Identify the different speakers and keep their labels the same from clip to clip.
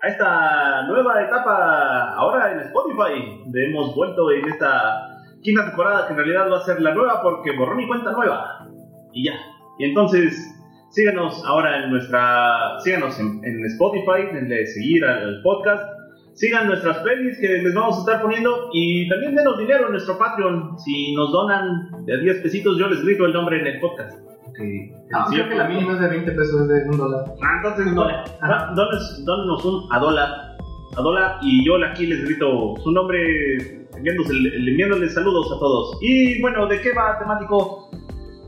Speaker 1: a esta nueva etapa ahora en Spotify. De hemos vuelto en esta quinta temporada que en realidad va a ser la nueva porque borró y cuenta nueva. Y ya. Y entonces síganos ahora en nuestra síganos en, en Spotify, denle seguir al podcast. Sigan nuestras playlists que les vamos a estar poniendo y también denos dinero en nuestro Patreon. Si nos donan de a 10 pesitos, yo les grito el nombre en el podcast. Que-
Speaker 2: Ah,
Speaker 3: No,
Speaker 1: Sí,
Speaker 3: Ah, creo que la mínima es de 20 pesos, es de un dólar.
Speaker 1: Ah, entonces no. Ah, dones- Dónenos un a dólar. A dólar. Y yo aquí les grito su nombre, enviándosel- enviándoles saludos a todos. Y bueno, ¿de qué va temático?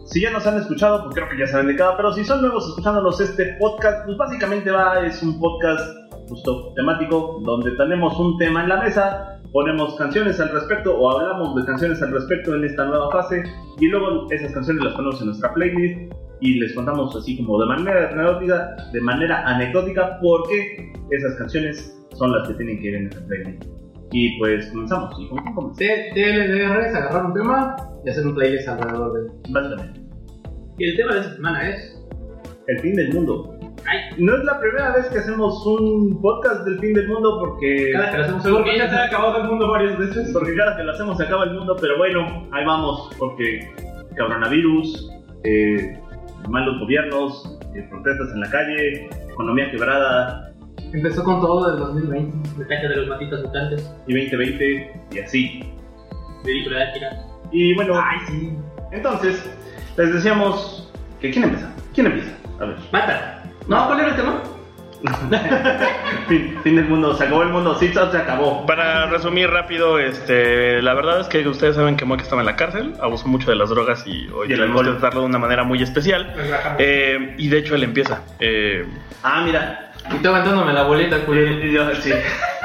Speaker 1: Si ya nos han escuchado, pues creo que ya saben de cada, pero si son nuevos escuchándonos este podcast, pues básicamente va, es un podcast justo temático, donde tenemos un tema en la mesa, ponemos canciones al respecto o hablamos de canciones al respecto en esta nueva fase y luego esas canciones las ponemos en nuestra playlist y les contamos así como de manera anecdótica, de manera anecdótica por qué esas canciones son las que tienen que ir en esta playlist. Y pues comenzamos, y con- con-
Speaker 3: T- TLDR es agarrar un tema y hacer un playlist alrededor de él.
Speaker 1: básicamente,
Speaker 3: Y el tema de esta semana es.
Speaker 1: el fin del mundo.
Speaker 3: Ay.
Speaker 1: No es la primera vez que hacemos un podcast del fin del mundo porque
Speaker 3: Cada que lo hacemos seguro.
Speaker 1: se ha acabado el mundo varias veces. Porque cada que lo hacemos se acaba el mundo, pero bueno, ahí vamos, porque coronavirus, eh, malos gobiernos, eh, protestas en la calle, economía quebrada
Speaker 3: Empezó con todo del 2020. El cacho de los matitas mutantes.
Speaker 1: y 2020 y así.
Speaker 3: Película de Akira.
Speaker 1: Y bueno,
Speaker 3: Ay, sí.
Speaker 1: entonces les decíamos que quién empieza, quién empieza, a ver.
Speaker 3: Mata. No, ¿cuál era el tema?
Speaker 1: Fin, fin del mundo, se acabó el mundo, sí, se acabó.
Speaker 4: Para resumir rápido, este, la verdad es que ustedes saben que Moek estaba en la cárcel, abusó mucho de las drogas y hoy
Speaker 1: Y el
Speaker 4: tenemos que
Speaker 1: alcohol.
Speaker 4: tratarlo de una manera muy especial. Eh, y de hecho él empieza. Eh,
Speaker 1: Ah, mira.
Speaker 3: Y tú aventándome la boleta, culero.
Speaker 1: Y yo, sí.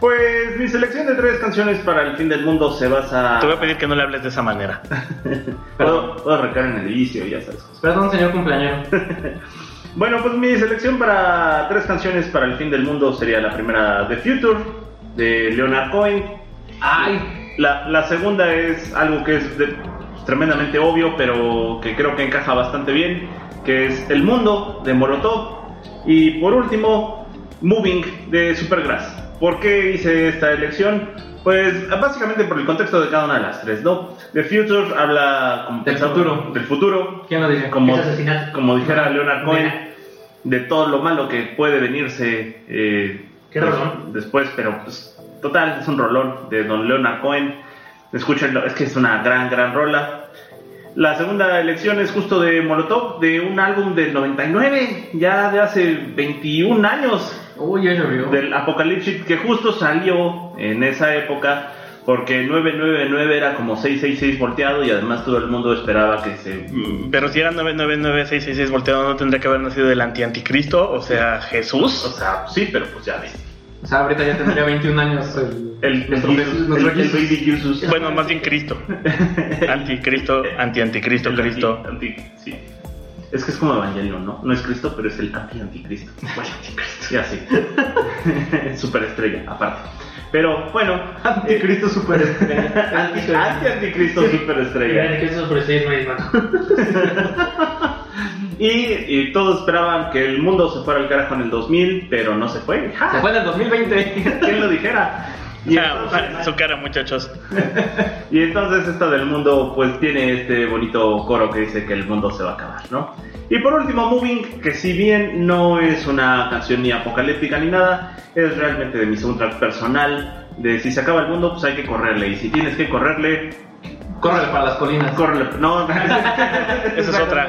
Speaker 1: Pues mi selección de tres canciones para el fin del mundo se basa.
Speaker 4: te voy a pedir que no le hables de esa manera.
Speaker 1: Puedo, puedo arrancar en el vicio, ya sabes.
Speaker 3: Perdón, señor cumpleañero.
Speaker 1: Bueno, pues mi selección para tres canciones para el fin del mundo sería la primera The Future de Leonard Cohen. Ay. La, la segunda es algo que es de- tremendamente obvio, pero que creo que encaja bastante bien, que es El Mundo de Molotov. Y por último, Moving de Supergrass. ¿Por qué hice esta elección? Pues básicamente por el contexto de cada una de las tres, ¿no? The Future habla como
Speaker 3: Del futuro.
Speaker 1: del futuro,
Speaker 3: ¿Quién lo dice?
Speaker 1: como,
Speaker 3: Es asesinato.
Speaker 1: como dijera Leonard Cohen,
Speaker 3: Mira.
Speaker 1: de todo lo malo que puede venirse eh,
Speaker 3: Qué
Speaker 1: des-
Speaker 3: rolón.
Speaker 1: después, pero pues total, es un rolón de don Leonard Cohen. Escúchenlo, es que es una gran, gran rola. La segunda elección es justo de Molotov, de un álbum del 99, ya de hace 21 años
Speaker 3: Uy, ya llovió.
Speaker 1: del Apocalipsis que justo salió en esa época porque 999 era como 666 volteado y además todo el mundo esperaba que se
Speaker 4: Mm, Pero si era 999666 volteado, no tendría que haber nacido del antianticristo, o sea,
Speaker 1: o
Speaker 4: Jesús.
Speaker 1: sea, sí, pero pues ya ves.
Speaker 3: O sea, ahorita ya tendría 21 años el.
Speaker 1: El,
Speaker 3: nuestro
Speaker 1: el-
Speaker 3: Jesús,
Speaker 1: el-
Speaker 3: nuestro
Speaker 1: el
Speaker 3: Jesús.
Speaker 1: baby Jesus.
Speaker 4: Bueno, más bien Cristo. Anticristo, antianticristo,
Speaker 1: El
Speaker 4: Cristo.
Speaker 1: anti- anti- sí. Es que es como Evangelio, ¿no? No es Cristo, pero es el anti-anticristo. Bueno, anticristo. Ya sí. Superestrella, aparte. Pero bueno,
Speaker 3: Anticristo super
Speaker 1: anti- anti-anticristo, superestrella.
Speaker 3: Anticristo super seis, no hay más.
Speaker 1: Y, y todos esperaban que el mundo se fuera al carajo en el 2000, pero no se fue. ¡Ja!
Speaker 3: Se fue en el 2020.
Speaker 1: ¿Quién lo dijera? Y
Speaker 4: Ah,
Speaker 1: entonces,
Speaker 4: su cara, muchachos.
Speaker 1: y entonces esta del mundo pues tiene este bonito coro que dice que el mundo se va a acabar, ¿no? Y por último, Moving, que si bien no es una canción ni apocalíptica ni nada, es realmente de mi soundtrack personal, de si se acaba el mundo, pues hay que correrle, y si tienes que correrle,
Speaker 3: Córrele para las colinas.
Speaker 1: córrele. No,
Speaker 4: Esa es otra.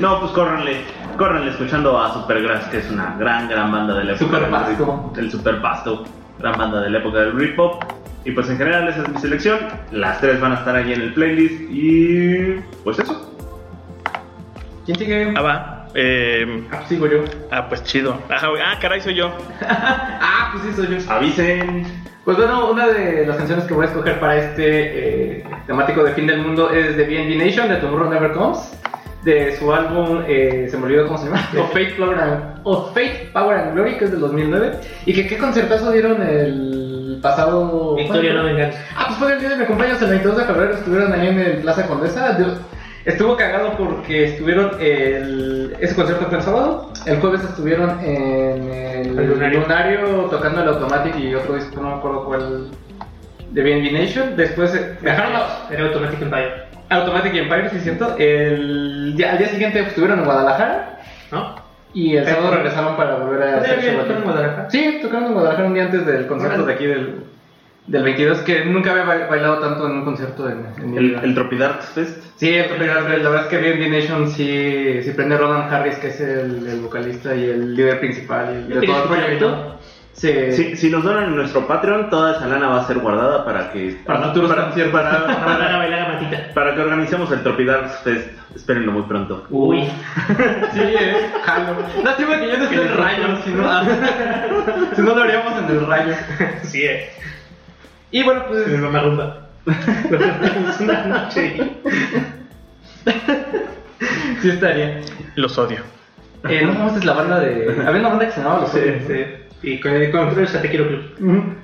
Speaker 1: No, pues córranle, córranle escuchando a Supergrass, que es una gran, gran banda de la época.
Speaker 3: Superpasto.
Speaker 1: del rip- El Superpasto, gran banda de la época del Rip Hop. Y pues en general esa es mi selección. Las tres van a estar ahí en el playlist y pues eso.
Speaker 3: ¿Quién sigue?
Speaker 4: Ah, va. Eh,
Speaker 3: Ah, pues sigo yo.
Speaker 4: ah, pues chido. Ajá, güey. Ah, caray, soy yo.
Speaker 3: Ah, pues sí, soy yo.
Speaker 1: Avisen.
Speaker 3: Pues bueno, una de las canciones que voy a escoger para este eh, temático de fin del mundo es de BNB Nation, de Tomorrow Never Comes, de su álbum, eh, se me olvidó cómo se llama, Of Fate, Power and, Of Fate, Power and Glory, que es del 2009, y que qué conciertazo dieron el pasado...
Speaker 2: Victoria no
Speaker 3: ¿cuándo?
Speaker 2: venganza.
Speaker 3: Ah, pues fue el día de mi cumpleaños, el 22 de febrero, estuvieron ahí en el Plaza Condesa. Dios, Estuvo cagado porque estuvieron el, ese concierto fue el sábado, el jueves estuvieron en el,
Speaker 2: El Lunario.
Speaker 3: Lunario tocando el Automatic y otro disco, no me acuerdo cuál, de BNB Nation. Después eh, viajaron a
Speaker 2: Era Automatic Empire,
Speaker 3: Automatic Empire, sí es cierto. El, ya- al día siguiente estuvieron en Guadalajara
Speaker 2: ¿no?
Speaker 3: y el
Speaker 2: Pero-
Speaker 3: sábado regresaron para volver a
Speaker 2: ¿Era
Speaker 3: hacer
Speaker 2: bien
Speaker 3: show aquí.
Speaker 2: en Guadalajara?
Speaker 3: Sí, tocaron en Guadalajara un día antes del concierto de aquí del, del 22, que nunca había ba- bailado tanto en un concierto en, en mi
Speaker 1: El,
Speaker 3: vida.
Speaker 1: el Tropidart Fest.
Speaker 3: Sí, el Tropic Art Bell, la verdad es que BNB Nation sí, sí prende Roland Harris, que es el, el vocalista y el líder principal y el
Speaker 2: ¿Lo
Speaker 3: de todo el
Speaker 2: quieres escuchar
Speaker 3: proyecto. Sí.
Speaker 1: Si, si nos donan en nuestro Patreon, toda esa lana va a ser guardada para que.
Speaker 3: Para futuros conciertos.
Speaker 1: para-
Speaker 2: Para dar a
Speaker 1: para-
Speaker 2: bailar a Matita.
Speaker 1: para que organicemos el Tropidart Fest. Espérenlo muy pronto.
Speaker 3: Uh.
Speaker 2: Uy.
Speaker 3: Sí, eh, jalo. Lástima que yo no estoy en el rayo, si no, si no lo haríamos en el rayo.
Speaker 2: Sí, eh.
Speaker 3: Y bueno,
Speaker 2: Mi
Speaker 3: pues,
Speaker 2: mamá rumba. es una noche.
Speaker 3: sí estaría.
Speaker 4: Los odio.
Speaker 3: Eh, no conoces la banda de. Había una banda que se llamaba Los Ojos,
Speaker 2: Sí,
Speaker 3: ¿no?
Speaker 2: sí. Y con el control ya te quiero club.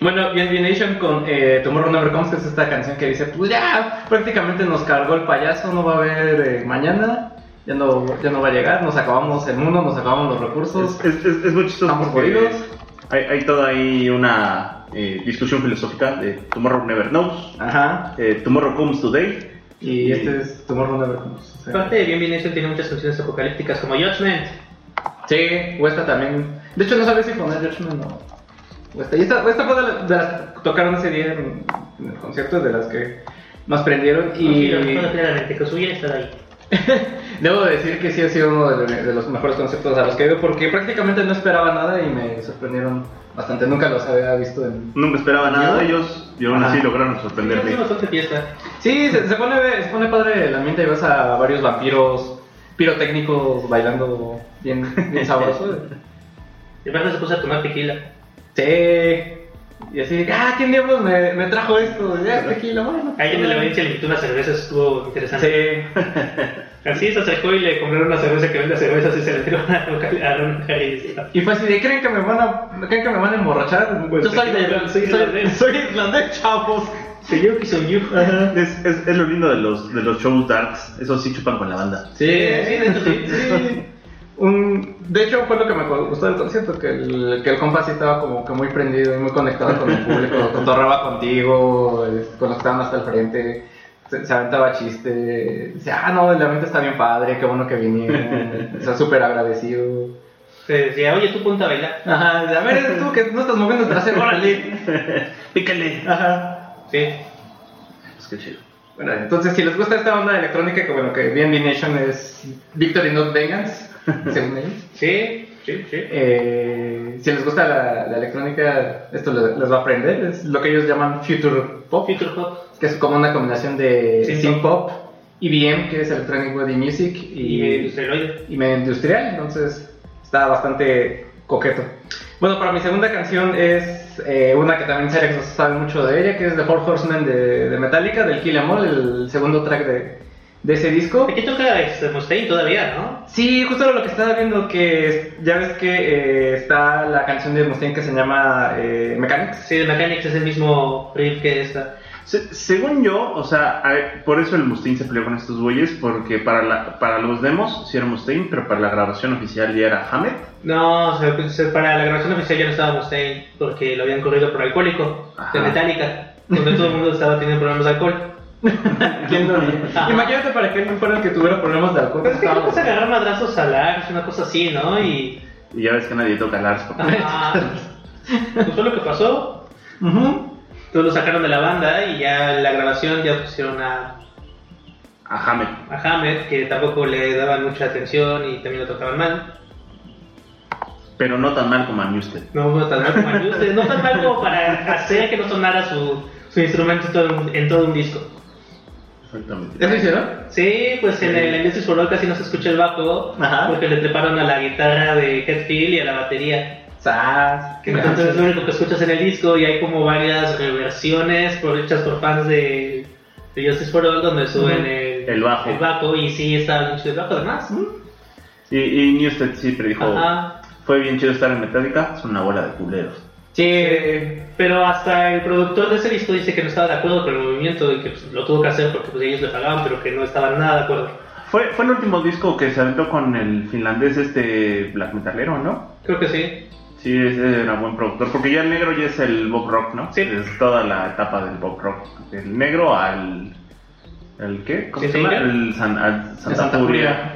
Speaker 3: Bueno, BNB Nation con eh, Tomorrow Never Comes, que es esta canción que dice, pues ya, prácticamente nos cargó el payaso, no va a haber eh, mañana, ya no, ya no va a llegar, nos acabamos el mundo, nos acabamos los recursos.
Speaker 1: Es, es, es, es muy chistoso
Speaker 3: Estamos
Speaker 1: porque
Speaker 3: jodidos.
Speaker 1: Hay, hay toda ahí una eh, discusión filosófica de Tomorrow Never Knows,
Speaker 3: Ajá,
Speaker 1: eh, Tomorrow Comes Today.
Speaker 3: y este es Tomorrow Never Comes. o sea.
Speaker 2: Aparte de Bien Bien Nation tiene muchas canciones apocalípticas como Judgment.
Speaker 3: Sí, o esta también. De hecho, no sabía si poner Judgment o, o esta. Y esta, esta fue de la- de las que tocaron ese día en, en el concierto, de las que más prendieron.
Speaker 2: Y...
Speaker 3: Y
Speaker 2: lo recuerdo claramente, que hubiera estado ahí.
Speaker 3: Debo decir que sí ha sido uno de, de los mejores conceptos a los que he ido porque prácticamente no esperaba nada y me sorprendieron bastante. Nunca los había visto en...
Speaker 1: Nunca esperaba nada de ellos y aún así
Speaker 3: Ajá.
Speaker 1: lograron
Speaker 2: Yo
Speaker 1: sorprenderme.
Speaker 2: bastante fiesta.
Speaker 3: Sí, se, se pone, se pone padre el ambiente y vas a varios vampiros pirotécnicos bailando bien, bien sabroso.
Speaker 2: De verdad se puso a tomar tequila.
Speaker 3: sí. Y así, ah, ¿quién diablos me, me trajo esto? Ya, tequila, bueno.
Speaker 2: A alguien de la audiencia le invitó una cerveza, estuvo interesante.
Speaker 3: Sí.
Speaker 2: Así se acercó y le compraron una cerveza que vende cervezas y se la tiró a local- "Ah, a Ron Harris.
Speaker 3: Y fue así de, ¿creen que me van a, ¿creen que me van a emborrachar?
Speaker 2: Pues,
Speaker 3: Yo soy, de,
Speaker 2: tequila,
Speaker 3: soy, soy,
Speaker 2: irlandés.
Speaker 3: soy irlandés, chavos.
Speaker 2: Se yo que soy yo.
Speaker 1: Es, es, es lo lindo de los, de los shows darks, esos sí chupan con la banda.
Speaker 3: Sí,
Speaker 2: de hecho, sí.
Speaker 3: Un, de hecho, fue lo que me gustó del concierto, que el, que el compa sí estaba como que muy prendido y muy conectado con el público, cotorraba contigo, es- con los que estaban hasta el frente, se, se aventaba chiste, decía, ah, no, el ambiente está bien padre, qué bueno que vinieron, o sea, súper agradecido.
Speaker 2: Se decía, oye, tú ponte a bailar.
Speaker 3: Ajá, de, a ver, tú que no estás moviendo el trasero, órale.
Speaker 1: Pícale.
Speaker 3: Ajá, sí.
Speaker 1: Pues qué chido.
Speaker 3: Bueno, entonces si les gusta esta onda electrónica, que bueno, que BNB Nation es Victory Not Vengeance, según ellos.
Speaker 2: Sí, sí, sí.
Speaker 3: Eh, si les gusta la, la electrónica, esto le- les, va a aprender. Es lo que ellos llaman Future Pop,
Speaker 2: Future Pop.
Speaker 3: que es como una combinación de
Speaker 2: Sí,
Speaker 3: synth pop, EBM, que es Electronic Body Music,
Speaker 2: Y me
Speaker 3: y,
Speaker 2: industrialoide.
Speaker 3: y medio industrial. Entonces está bastante coqueto. Bueno, para mi segunda canción es eh, una que también Cerex nos sabe mucho de ella, que es The Four Horsemen de, de Metallica, del Kill 'Em All, el segundo track de, de ese disco.
Speaker 2: Aquí toca este Mustaine todavía, ¿no?
Speaker 3: Sí, justo era lo que estaba viendo, que es- ya ves que eh, está la canción de Mustaine que se llama eh, Mechanics.
Speaker 2: Sí, de Mechanics es el mismo riff que esta.
Speaker 1: Se- según yo, o sea, a- por eso el Mustaine se peleó con estos güeyes, porque para, la, para los demos sí era Mustaine, pero para la grabación oficial ya era Hammett.
Speaker 2: No, o sea, pues, para la grabación oficial ya no estaba Mustaine porque lo habían corrido por alcohólico de
Speaker 1: Ajá.
Speaker 2: Metallica, donde todo el mundo estaba teniendo problemas de alcohol.
Speaker 3: ¿Quién lo diría?
Speaker 2: Ajá.
Speaker 3: Imagínate para que él fuera el que tuviera problemas de alcohol.
Speaker 2: Pero es que no
Speaker 3: Estábamos-
Speaker 2: puedes agarrar madrazos a Lars, una cosa así, ¿no? Y.
Speaker 1: Y ya ves que nadie toca a Lars, papá.
Speaker 2: Ah, pues fue lo que pasó.
Speaker 3: Ujú.
Speaker 2: Todos lo sacaron de la banda y ya en la grabación ya pusieron a,
Speaker 1: A Hammett.
Speaker 2: a Hammett, que tampoco le daban mucha atención y también lo tocaban mal.
Speaker 1: Pero no tan mal como a Newstead.
Speaker 2: No, no tan mal como a Newstead, no tan mal como para hacer que no sonara su, su instrumento en todo un- en todo un disco.
Speaker 1: Exactamente.
Speaker 3: ¿Eso hicieron?
Speaker 2: Sí, pues en el Nemesis for All casi no se escucha el bajo
Speaker 3: Ajá.
Speaker 2: porque le treparon a la guitarra de Hetfield y a la batería.
Speaker 3: ¡Sas! ¡Qué
Speaker 2: Entonces es
Speaker 3: gacho.
Speaker 2: lo único que escuchas en el disco y hay como varias reversiones por, hechas por fans de, de Justice for All donde suben el,
Speaker 1: El bajo.
Speaker 2: el bajo y sí está mucho el bajo además.
Speaker 1: Y, y Newsted sí predijo,
Speaker 2: Ajá.
Speaker 1: fue bien chido estar en Metallica, son una bola de culeros.
Speaker 2: Sí, pero hasta el productor de ese disco dice que no estaba de acuerdo con el movimiento y que pues, lo tuvo que hacer porque pues, ellos le pagaban pero que no estaban nada de acuerdo.
Speaker 1: Fue, fue el último disco que se aventó con el finlandés este black metalero, ¿no?
Speaker 2: Creo que sí.
Speaker 1: Sí, ese era buen productor, porque ya el negro ya es el pop rock, ¿no?
Speaker 2: Sí.
Speaker 1: Es toda la etapa del pop rock. Del negro al... ¿El qué? ¿Cómo
Speaker 2: Sí,
Speaker 1: se llama?
Speaker 2: sí, ya.
Speaker 1: El San- al
Speaker 3: En
Speaker 1: Santa,
Speaker 3: Santa
Speaker 1: Furia.
Speaker 3: Julia.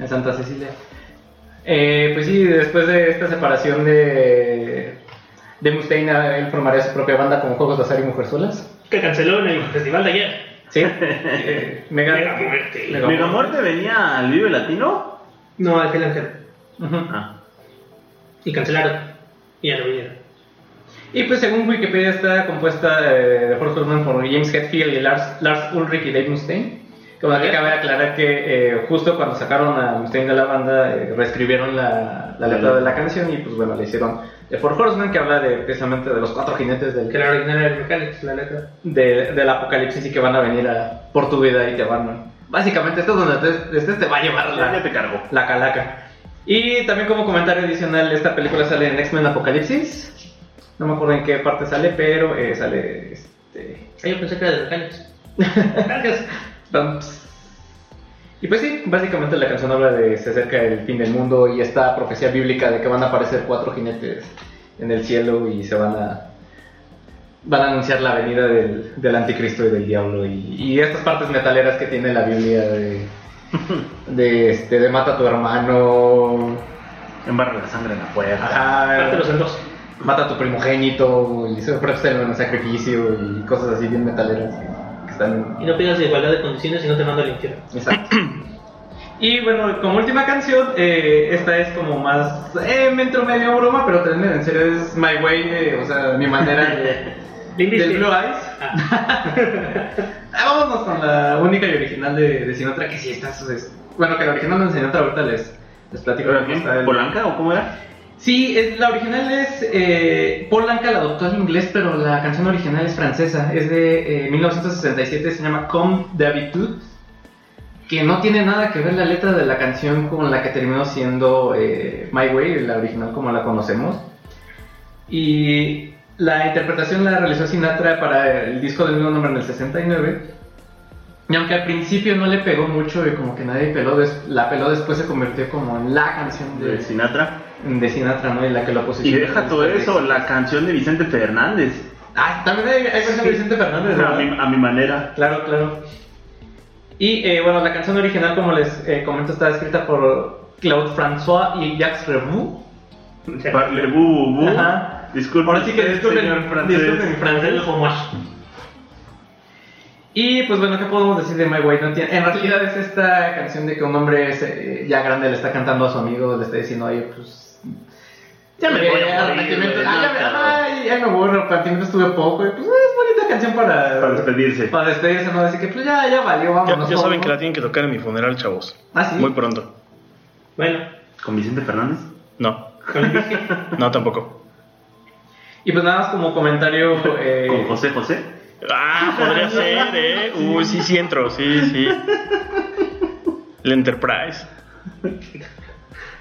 Speaker 3: En Santa Cecilia. Eh, pues sí, después de esta separación de, de Mustaine, él formaría su propia banda como Juegos de Azar y Mujerzuelas.
Speaker 2: Que canceló en el festival de ayer.
Speaker 3: Sí. Eh, Mega,
Speaker 2: Mega Muerte.
Speaker 3: Mega Muerte.
Speaker 1: ¿Megamorte venía al Vive Latino?
Speaker 2: No, aquel ángel.
Speaker 3: Ujú.
Speaker 1: Ah.
Speaker 2: Y cancelaron. Y ya no vinieron.
Speaker 3: Y pues según Wikipedia está compuesta eh, de Four Horsemen por James Hetfield y Lars, Lars Ulrich y Dave Mustaine. Como que cabe aclarar que eh, justo cuando sacaron a Mustaine de la banda, eh, reescribieron la, la letra de la canción y pues bueno, le hicieron de Four Horsemen que habla de, precisamente de los cuatro jinetes del,
Speaker 2: Que la original era el Mechanics, la letra.
Speaker 3: de- del apocalipsis y que van a venir a, por tu vida y te van. a- Básicamente esto es donde te, este te va a llevar
Speaker 1: Ah, Ya ya
Speaker 3: la,
Speaker 1: te cargo.
Speaker 3: la calaca. Y también como comentario adicional, esta película sale en X-Men Apocalipsis. No me acuerdo en qué parte sale, pero eh, sale... Este,
Speaker 2: Ah, yo pensé que era de Mechanics. Gracias.
Speaker 3: Bumps. Y pues sí, básicamente la canción habla de se acerca el fin del mundo y esta profecía bíblica de que van a aparecer cuatro jinetes en el cielo y se van a van a anunciar la venida del, del anticristo y del diablo y, y estas partes metaleras que tiene la Biblia de de este de mata a tu hermano,
Speaker 1: Embarra la sangre en la puerta.
Speaker 3: ajá,
Speaker 2: Pátelos en dos.
Speaker 3: mata a tu primogénito y se ofrece en sacrificio y cosas así bien metaleras que están
Speaker 2: Y no pidas igualdad de condiciones y no te mando al infierno.
Speaker 3: Exacto. Y bueno, como última canción, eh, esta es como más. Eh, me entró medio broma, pero también en serio es My Way, eh, o sea, mi manera de, del
Speaker 2: Lindis.
Speaker 3: Blue Eyes. Ah, Vámonos con la única y original de, de Sinotra, que sí está. eso es- bueno, que la original no es de Sinotra, ahorita les, les platico.
Speaker 1: ¿Pero
Speaker 3: cómo
Speaker 1: quién?
Speaker 3: está el-
Speaker 1: ¿Polanca o cómo era?
Speaker 3: Sí, es- la original es. Eh, Paul Anka la adoptó al inglés, pero la canción original es francesa. Es de eh, 1967, se llama Comme d'habitude. Que no tiene nada que ver la letra de la canción con la que terminó siendo eh, My Way, la original como la conocemos. Y la interpretación la realizó Sinatra para el disco del mismo nombre en el 69. Y aunque al principio no le pegó mucho y como que nadie peló, des- la peló después se convirtió como en la canción de,
Speaker 1: De Sinatra.
Speaker 3: de Sinatra, ¿no? Y la que lo
Speaker 1: Y
Speaker 3: posicionó.
Speaker 1: deja todo eso, la canción de Vicente Fernández.
Speaker 3: Ah, también hay, hay versión de Vicente Fernández,
Speaker 1: A
Speaker 3: ¿verdad?
Speaker 1: mi, a mi manera.
Speaker 3: Claro, claro. Y eh, bueno, la canción original, como les eh, comento, está escrita por Claude François y Jacques Revaux.
Speaker 1: Parle bu, bu, bu.
Speaker 3: Ajá.
Speaker 1: Disculpe.
Speaker 3: Ahora sí que disculpen,
Speaker 1: señor francés.
Speaker 3: disculpen mi francés. Y pues bueno, ¿qué podemos decir de My Way? No tiene- en realidad es esta canción de que un hombre se- eh, ya grande le está cantando a su amigo, le está diciendo, oye, pues...
Speaker 1: Ya me
Speaker 3: eh,
Speaker 1: voy a morir,
Speaker 3: arrepentimiento-
Speaker 1: güey,
Speaker 3: ah, ya
Speaker 1: no,
Speaker 3: me-
Speaker 1: cabrón.
Speaker 3: ay, ya me voy, arrepentimiento estuve poco. Y pues eh, es bonita canción para...
Speaker 1: Para despedirse.
Speaker 3: Para despedirse, ¿no? Así que pues ya, ya valió,
Speaker 5: Ya,
Speaker 3: vámonos.
Speaker 5: ya saben que la
Speaker 3: vámonos.
Speaker 5: tienen que tocar en mi funeral, chavos.
Speaker 3: Ah, sí.
Speaker 5: Muy pronto.
Speaker 2: Bueno,
Speaker 1: ¿Con Vicente Fernández?
Speaker 5: No,
Speaker 2: con el disco.
Speaker 5: no tampoco.
Speaker 3: Y pues nada más como comentario... eh,
Speaker 1: ¿Con José José?
Speaker 5: Ah, podría ser, ¿eh? Uy, sí, sí entro, sí, sí. El Enterprise.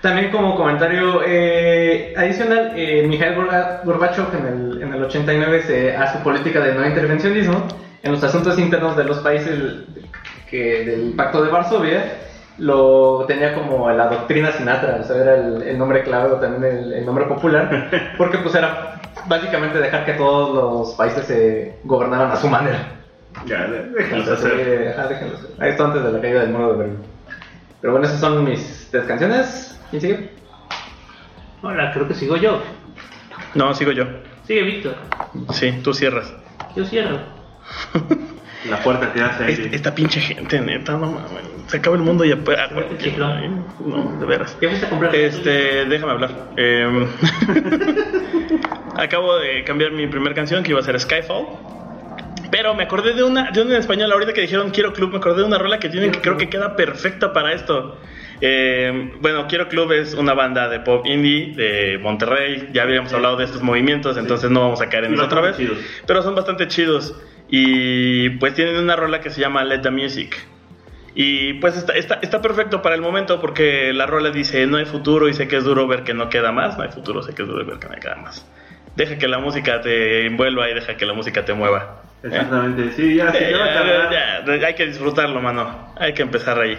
Speaker 3: También como comentario eh, adicional, eh, Mijail Gorba- Gorbachev en el, en el 89 se hace política de no intervencionismo en los asuntos internos de los países que del Pacto de Varsovia lo tenía como la doctrina Sinatra, o sea, era el, el nombre clave o también el, el nombre popular, porque pues era básicamente dejar que todos los países se gobernaran a su manera.
Speaker 1: Ya, de- déjenlos
Speaker 3: Entonces,
Speaker 1: hacer.
Speaker 3: eh, ajá, déjenlos. Ah, Esto antes de la caída del muro de Berlín. Pero bueno, esas son mis tres canciones. ¿Quién sigue?
Speaker 2: Hola, creo que sigo yo.
Speaker 5: No, sigo yo.
Speaker 2: Sigue Víctor.
Speaker 5: Sí, tú cierras.
Speaker 2: Yo cierro.
Speaker 1: La puerta que hace
Speaker 5: Es-
Speaker 1: aire.
Speaker 5: esta pinche gente, neta, no mames. Se acaba el mundo y ap- ah, bueno,
Speaker 2: Sí, claro.
Speaker 5: ay, No, de veras.
Speaker 2: ¿Qué fuiste a comprar?
Speaker 5: Este, déjame hablar. Eh, acabo de cambiar mi primera canción que iba a ser Skyfall. Pero me acordé de una, de una en español, ahorita que dijeron Quiero Club, me acordé de una rola que tienen que creo que queda perfecta para esto. Eh, bueno, Quiero Club es una banda de pop indie de Monterrey. Ya habíamos hablado de estos movimientos, entonces no vamos a caer en eso otra vez.
Speaker 1: Chidos.
Speaker 5: Pero son bastante chidos. Y pues tienen una rola que se llama Let the Music. Y pues está, está, está perfecto para el momento porque la rola dice no hay futuro y sé que es duro ver que no queda más. No hay futuro, sé que es duro ver que no queda más. Deja que la música te envuelva y deja que la música te mueva.
Speaker 1: Exactamente, sí, ya, sí,
Speaker 5: Eh,
Speaker 1: ya va a cargar.
Speaker 5: ya, ya, hay que disfrutarlo, mano. Hay que empezar ahí.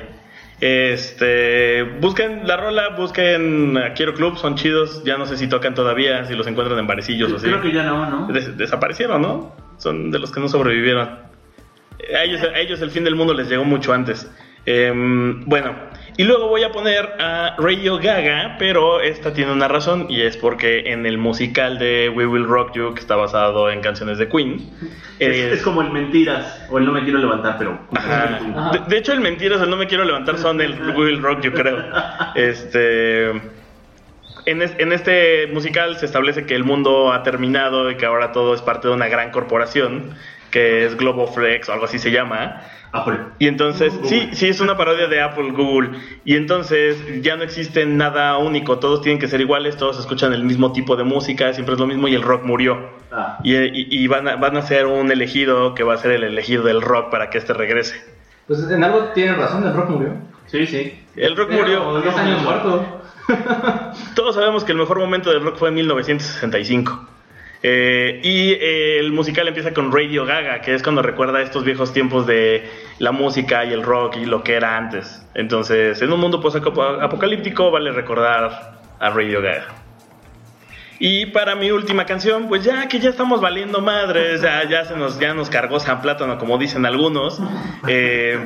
Speaker 5: Este, busquen la rola, busquen a Quiero Club, son chidos. Ya no sé si tocan todavía, si los encuentran en barecillos o así.
Speaker 6: Creo que ya no, ¿no?
Speaker 5: Des- desaparecieron, ¿no? Son de los que no sobrevivieron. A ellos, a ellos el fin del mundo les llegó mucho antes. Em, bueno, y luego voy a poner a Radio Gaga, pero esta tiene una razón y es porque en el musical de We Will Rock You, que está basado en canciones de Queen,
Speaker 1: Es,
Speaker 5: eh,
Speaker 1: es como el mentiras, o el no me quiero levantar, pero.
Speaker 5: Ajá. De, de hecho, el mentiras, el no me quiero levantar son el Will Rock, yo creo. Este. En, es- en este musical se establece que el mundo ha terminado y que ahora todo es parte de una gran corporación que es Globoflex o algo así se llama.
Speaker 1: Apple.
Speaker 5: Y entonces, sí, sí, es una parodia de Apple, Google. Y entonces ya no existe nada único, todos tienen que ser iguales, todos escuchan el mismo tipo de música, siempre es lo mismo y el rock murió.
Speaker 1: Ah.
Speaker 5: Y, y- y van, a, van a ser un elegido que va a ser el elegido del rock para que este regrese.
Speaker 3: Pues en algo tienen razón, el rock murió.
Speaker 1: Sí, sí.
Speaker 5: El rock
Speaker 3: Pero
Speaker 5: murió.
Speaker 3: 10 años muerto.
Speaker 5: Todos sabemos que el mejor momento del rock fue en 1965. Eh, y eh, el musical empieza con Radio Gaga, que es cuando recuerda estos viejos tiempos de la música y el rock y lo que era antes. Entonces, en un mundo post-apocalíptico vale recordar a Radio Gaga. Y para mi última canción, pues ya que ya estamos valiendo madres, ya, ya se nos, ya nos cargó San Plátano, como dicen algunos, eh,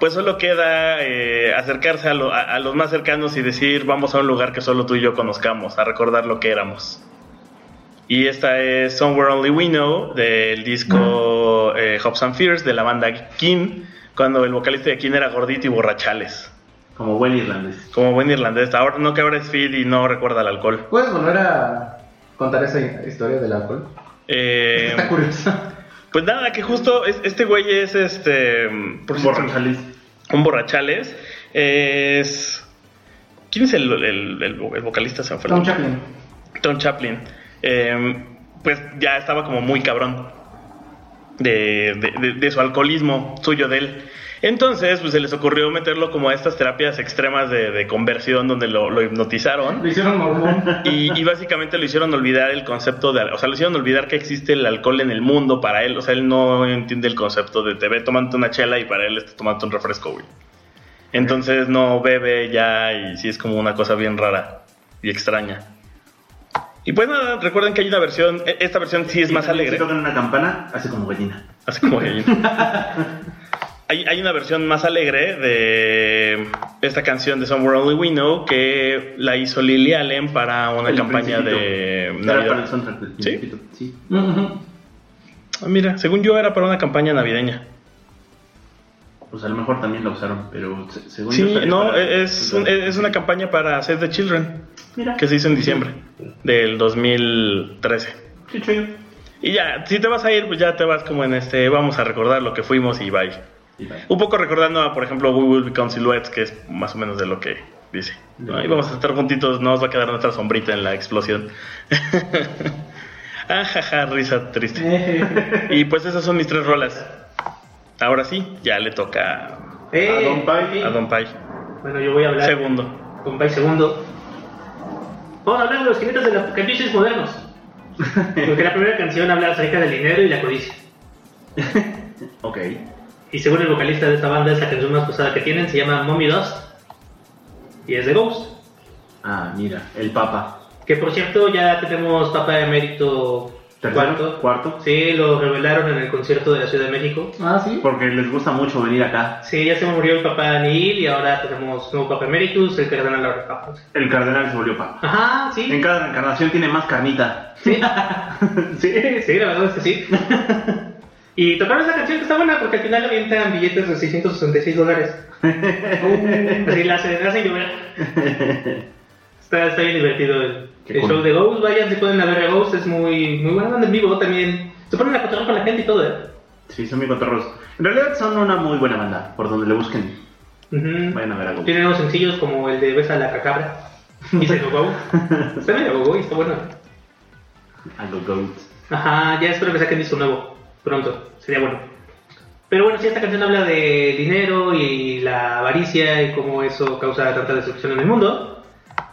Speaker 5: pues solo queda eh, acercarse a, lo- a- a los más cercanos y decir, vamos a un lugar que solo tú y yo conozcamos, a recordar lo que éramos. Y esta es Somewhere Only We Know del disco eh, Hopes and Fears de la banda King, cuando el vocalista de King era gordito y borrachales,
Speaker 1: Como buen irlandés.
Speaker 5: como buen irlandés. Ahora no que ahora es fit y no recuerda el alcohol.
Speaker 3: ¿Puedes volver a contar esa historia del alcohol?
Speaker 5: Eh,
Speaker 3: Está curiosa.
Speaker 5: Pues nada, que justo es- este güey es este. Por cierto,
Speaker 1: Borrachales.
Speaker 5: Un borrachales. Es. ¿Quién es el, el- el- el vocalista? Se me fue el
Speaker 3: Tom
Speaker 5: nombre.
Speaker 3: Chaplin.
Speaker 5: Tom Chaplin. Eh, pues ya estaba como muy cabrón de, de- de- de su alcoholismo suyo de él. Entonces, pues se les ocurrió meterlo como a estas terapias extremas de, de conversión donde lo, lo hipnotizaron.
Speaker 3: Lo hicieron mormón.
Speaker 5: Y, y básicamente lo hicieron olvidar el concepto de, o sea, lo hicieron olvidar que existe el alcohol en el mundo para él, o sea, él no entiende el concepto de te ve tomando una chela y para él está tomando un refresco, güey. Entonces no bebe ya y sí es como una cosa bien rara y extraña. Y pues nada, recuerden que hay una versión, e- esta versión sí es más
Speaker 1: Si
Speaker 5: alegre,
Speaker 1: tocan una campana, hace como gallina.
Speaker 5: así como que- Hay, hay una versión más alegre de esta canción de Somewhere Only We Know que la hizo Lily Allen para una
Speaker 1: El
Speaker 5: campaña de
Speaker 1: Principito. Era
Speaker 5: Navidad.
Speaker 1: para el soundtrack del
Speaker 5: ¿Sí?
Speaker 1: Principito. Sí.
Speaker 3: Ujú.
Speaker 5: Ah, mira, según yo era para una campaña navideña.
Speaker 1: Pues a lo mejor también la usaron, pero se- según yo
Speaker 5: Sí,
Speaker 1: salió
Speaker 5: no, e-,
Speaker 1: para-
Speaker 5: es, un- es una campaña para Save the Children
Speaker 1: Mira,
Speaker 5: que se hizo en diciembre del 2013.
Speaker 1: qué chido.
Speaker 5: Y ya, si te vas a ir, pues ya te vas como en este, vamos a recordar lo que fuimos y bye.
Speaker 1: Y vale.
Speaker 5: Un poco recordando, a, por ejemplo, We Will Become Silhouettes, que es más o menos de lo que dice. ¿no? Y vamos a estar juntitos, no nos va a quedar nuestra sombrita en la explosión. Ajaja, risa triste.
Speaker 2: Eh.
Speaker 5: y pues esas son mis tres rolas. Ahora sí, ya le toca
Speaker 2: ¡Eh!
Speaker 1: A Don Pai.
Speaker 5: a Don Pai.
Speaker 2: Bueno, yo voy a hablar.
Speaker 5: Segundo.
Speaker 2: Don Pai segundo. Vamos a hablar de los jinetes del apocalipsis modernos. Porque la primera canción habla acerca del dinero y la codicia.
Speaker 1: Ok.
Speaker 2: Y según el vocalista de esta banda, es la canción más posada que tienen. Se llama Mommy Dust. Y es de Ghost.
Speaker 1: Ah, mira, el Papa.
Speaker 2: Que por cierto, ya tenemos Papa Emérito
Speaker 1: Tercero,
Speaker 2: cuarto.
Speaker 1: cuarto.
Speaker 2: Sí, lo revelaron en el concierto de la Ciudad de México.
Speaker 3: Ah, sí.
Speaker 1: Porque les gusta mucho venir acá.
Speaker 2: Sí, ya se murió el Papa Nihil y ahora tenemos nuevo Papa Emeritus, el Cardenal Laura Campos.
Speaker 1: El cardenal se volvió Papa.
Speaker 2: Ajá,
Speaker 1: En
Speaker 2: sí.
Speaker 1: cada reencarnación tiene más carnita.
Speaker 2: Sí. sí, sí, la verdad es que sí. Y tocaron esa canción que está buena porque al final avientan billetes de 666 dólares. Así la hacen, la hacen llover. Está, está bien divertido el,
Speaker 1: Qué
Speaker 2: el
Speaker 1: cool.
Speaker 2: show de Ghost. Vayan si pueden a ver a Ghost, es muy, muy buena banda en vivo también. Se ponen a cotorrear con la gente y todo, ¿eh?
Speaker 1: Sí, son muy cotorros. En realidad son una muy buena banda, por donde le busquen.
Speaker 2: Ujú.
Speaker 1: Vayan a ver algo.
Speaker 2: Tienen unos sencillos como el de Besa la cacabra y se lo go. Está medio go y está bueno.
Speaker 1: Algo goat.
Speaker 2: Ajá, ya espero que saquen disco nuevo pronto, sería bueno. Pero bueno, si esta canción habla de dinero y la avaricia y cómo eso causa tanta destrucción en el mundo.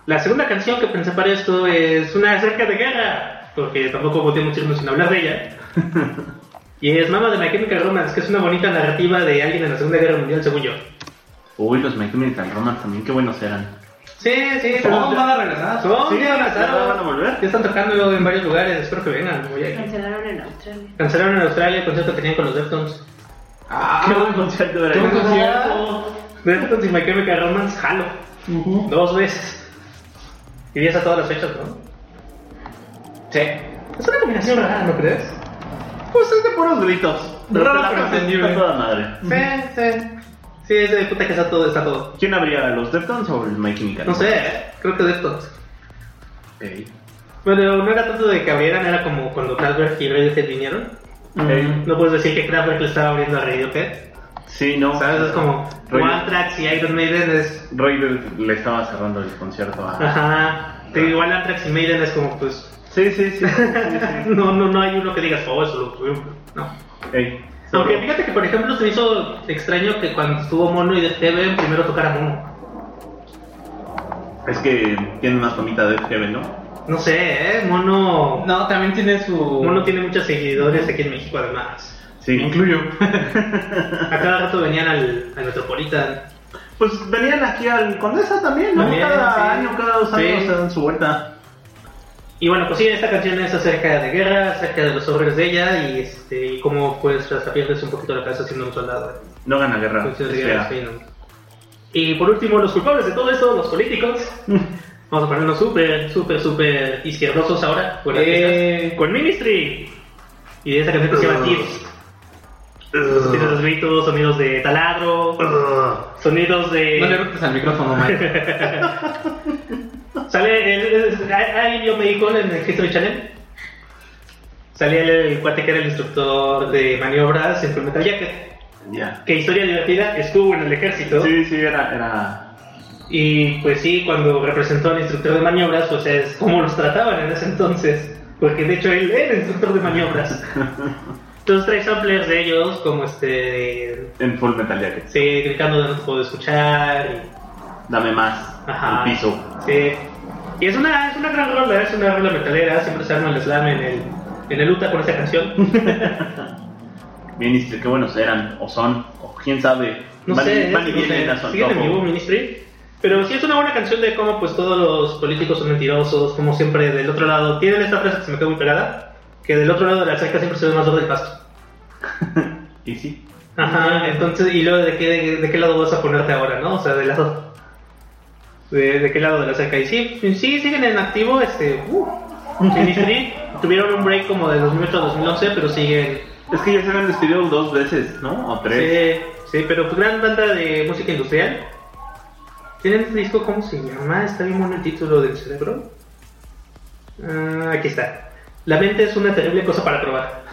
Speaker 2: La segunda canción que pensé para esto es una acerca de guerra, porque tampoco podía mucho irme sin hablar de ella. Y es Mama de My Chemical Romance, que es una bonita narrativa de alguien en la Segunda Guerra Mundial, según yo.
Speaker 1: Uy, los My Chemical Romance también, qué buenos eran.
Speaker 2: Sí, sí, pero
Speaker 1: Oh,
Speaker 2: van a regresar.
Speaker 1: Sí,
Speaker 2: ya
Speaker 1: ya
Speaker 2: regresaron.
Speaker 1: van a volver.
Speaker 2: Ya están tocando en varios lugares, espero que vengan. voy a-
Speaker 6: Cancelaron en Australia.
Speaker 2: Cancelaron en Australia el concierto que tenían con los Deftones.
Speaker 3: Ah,
Speaker 1: qué buen concierto
Speaker 3: qué
Speaker 1: era.
Speaker 3: buen
Speaker 1: ese.
Speaker 3: concierto.
Speaker 2: Deftones y My Chemical Romance, jalo. Dos veces. Y días a todas las fechas, ¿no?
Speaker 3: Sí.
Speaker 2: Es una combinación rara, ¿no crees?
Speaker 1: Pues es de puros gritos.
Speaker 2: Raro,
Speaker 1: Pero la
Speaker 2: pero
Speaker 1: canción
Speaker 2: entendible.
Speaker 1: está toda madre.
Speaker 2: Sí, sí. Sí, es de puta que está todo, está todo.
Speaker 1: ¿Quién habría, los Deftones o el My Chemical?
Speaker 2: No sé, ¿eh? creo que Deftones.
Speaker 1: Ok.
Speaker 2: Pero no era tanto de que abrieran, era como cuando Kraftwerk y Radiohead vinieron. Mm.
Speaker 1: Ok.
Speaker 2: No puedes decir que Kraftwerk le estaba abriendo a Radiohead.
Speaker 1: Sí, no.
Speaker 2: ¿Sabes? Es como
Speaker 1: Roy-
Speaker 2: One Tracks y Iron Maiden es.
Speaker 1: Roy le le estaba cerrando el concierto a...
Speaker 2: Ajá. Te digo, igual One Tracks y Maiden es como, pues.
Speaker 1: Sí, sí, sí. sí, sí, sí.
Speaker 2: No, no, no hay uno que digas, oh, eso lo tuvimos. No.
Speaker 1: Ey,
Speaker 2: Aunque fíjate que, por ejemplo, se me hizo extraño que cuando estuvo Mono y Deben primero tocara Mono.
Speaker 1: Es que tiene más famita de Heaven, ¿no?
Speaker 2: No sé, ¿eh? Mono.
Speaker 3: No, también tiene su.
Speaker 2: Mono tiene muchos seguidores aquí en México, además.
Speaker 1: Sí.
Speaker 3: Me incluyo.
Speaker 2: A cada rato venían al, al Metropolitan.
Speaker 1: Pues venían aquí al Condesa también, ¿no?
Speaker 2: También,
Speaker 1: cada
Speaker 2: sí.
Speaker 1: año, cada dos años
Speaker 2: Sí.
Speaker 1: se dan su vuelta.
Speaker 2: Y bueno, pues sí, esta canción es acerca de guerra, acerca de los horrores de ella y, este, y cómo pues hasta pierdes un poquito la cabeza siendo un soldado.
Speaker 1: No gana guerra.
Speaker 2: Entonces,
Speaker 1: es
Speaker 2: digamos,
Speaker 1: fea.
Speaker 2: sí, ¿no? Y por último, los culpables de todo esto, los políticos. Vamos a ponernos súper, súper, súper izquierdosos ahora. Con, las
Speaker 3: Eh.
Speaker 2: fiestas. con Ministry. Y esa canción que se
Speaker 3: Uh.
Speaker 2: llama Tears. Tiene esos gritos, sonidos de taladro, sonidos de...
Speaker 3: Uh. No le rompes al micrófono, Mike.
Speaker 2: Sale el, el- hay hay un medicón en el History Channel. Salía el, el cuate que era el instructor de maniobras en Full Metal Jacket.
Speaker 1: Ya.
Speaker 2: Que historia divertida, estuvo en el ejército.
Speaker 1: Sí, sí, era, era...
Speaker 2: Y pues sí, cuando representó al instructor de maniobras, pues es como los trataban en ese entonces. Porque de hecho él era instructor de maniobras. Entonces trae samplers de ellos, como este.
Speaker 1: en Full Metal Jacket.
Speaker 2: Sí, gritando de no te puedo escuchar. y-
Speaker 1: Dame más.
Speaker 2: Ajá.
Speaker 1: El piso.
Speaker 2: sí. Y es una, es una gran rola, es una rola metalera. Siempre se arma el slam en el, en el UTA con esa canción.
Speaker 1: Ministry, este, qué buenos eran. O son. O quién sabe.
Speaker 2: No
Speaker 1: Van y-
Speaker 2: sé,
Speaker 1: van y
Speaker 2: no sé.
Speaker 1: vienen a su
Speaker 2: Siguen en
Speaker 1: antojo.
Speaker 2: vivo, Ministry. Pero sí es una buena canción de cómo pues todos los políticos son mentirosos, como siempre del otro lado. Tienen esta frase que se me quedó muy pegada, que del otro lado de la cerca siempre se ve más verde el pasto.
Speaker 1: Y sí.
Speaker 2: Ajá, entonces, y luego de qué, de qué lado vas a ponerte ahora, ¿no? O sea, del lado... De, de qué lado de la cerca. Y sí, sí siguen en activo, este... Uh, Ministry tuvieron un break como de 2008 a 2011, pero siguen...
Speaker 1: Es que ya se habían despedido dos veces, ¿no? O tres.
Speaker 2: Sí, sí, pero pues gran banda de música industrial. ¿Tienen un disco cómo se llama? Está bien bueno el título del cerebro. Ah, aquí está. La mente es una terrible cosa para probar.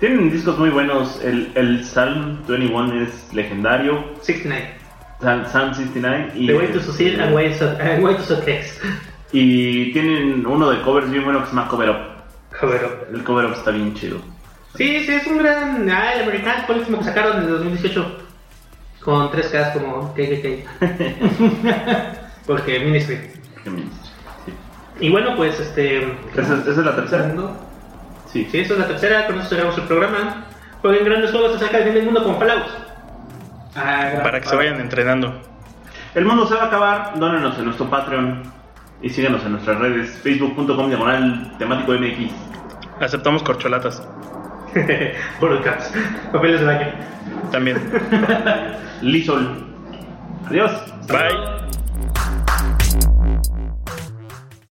Speaker 1: Tienen discos muy buenos. El, el Psalm 21 es legendario.
Speaker 2: 69.
Speaker 1: Psalm, Psalm 69. Y,
Speaker 2: The way to succeed and way, so- and way to success.
Speaker 1: y tienen uno de covers bien bueno que se llama Cover Up.
Speaker 2: Joder.
Speaker 1: El Cover Up está bien chido.
Speaker 2: Sí, sí, es un gran. Ah, el American fue el último que sacaron en 2018. Con 3K como KKK. Porque Ministry.
Speaker 1: Qué ministro. Sí.
Speaker 2: Y bueno, pues este.
Speaker 1: ¿Esa, esa es la tercera?
Speaker 2: Cerrando.
Speaker 1: Sí.
Speaker 2: Sí, esa es la tercera, con eso cerramos el programa. Jueguen grandes juegos acerca del fin del mundo con Fallout.
Speaker 5: Ah, Para que se vayan entrenando.
Speaker 1: El mundo se va a acabar. Dónenos en nuestro Patreon. Y síganos en nuestras redes. Facebook.com diagonal temático MX.
Speaker 5: Aceptamos corcholatas
Speaker 2: Borderlands, papeles de baño.
Speaker 5: también.
Speaker 1: Lisol. Adiós.
Speaker 5: Bye.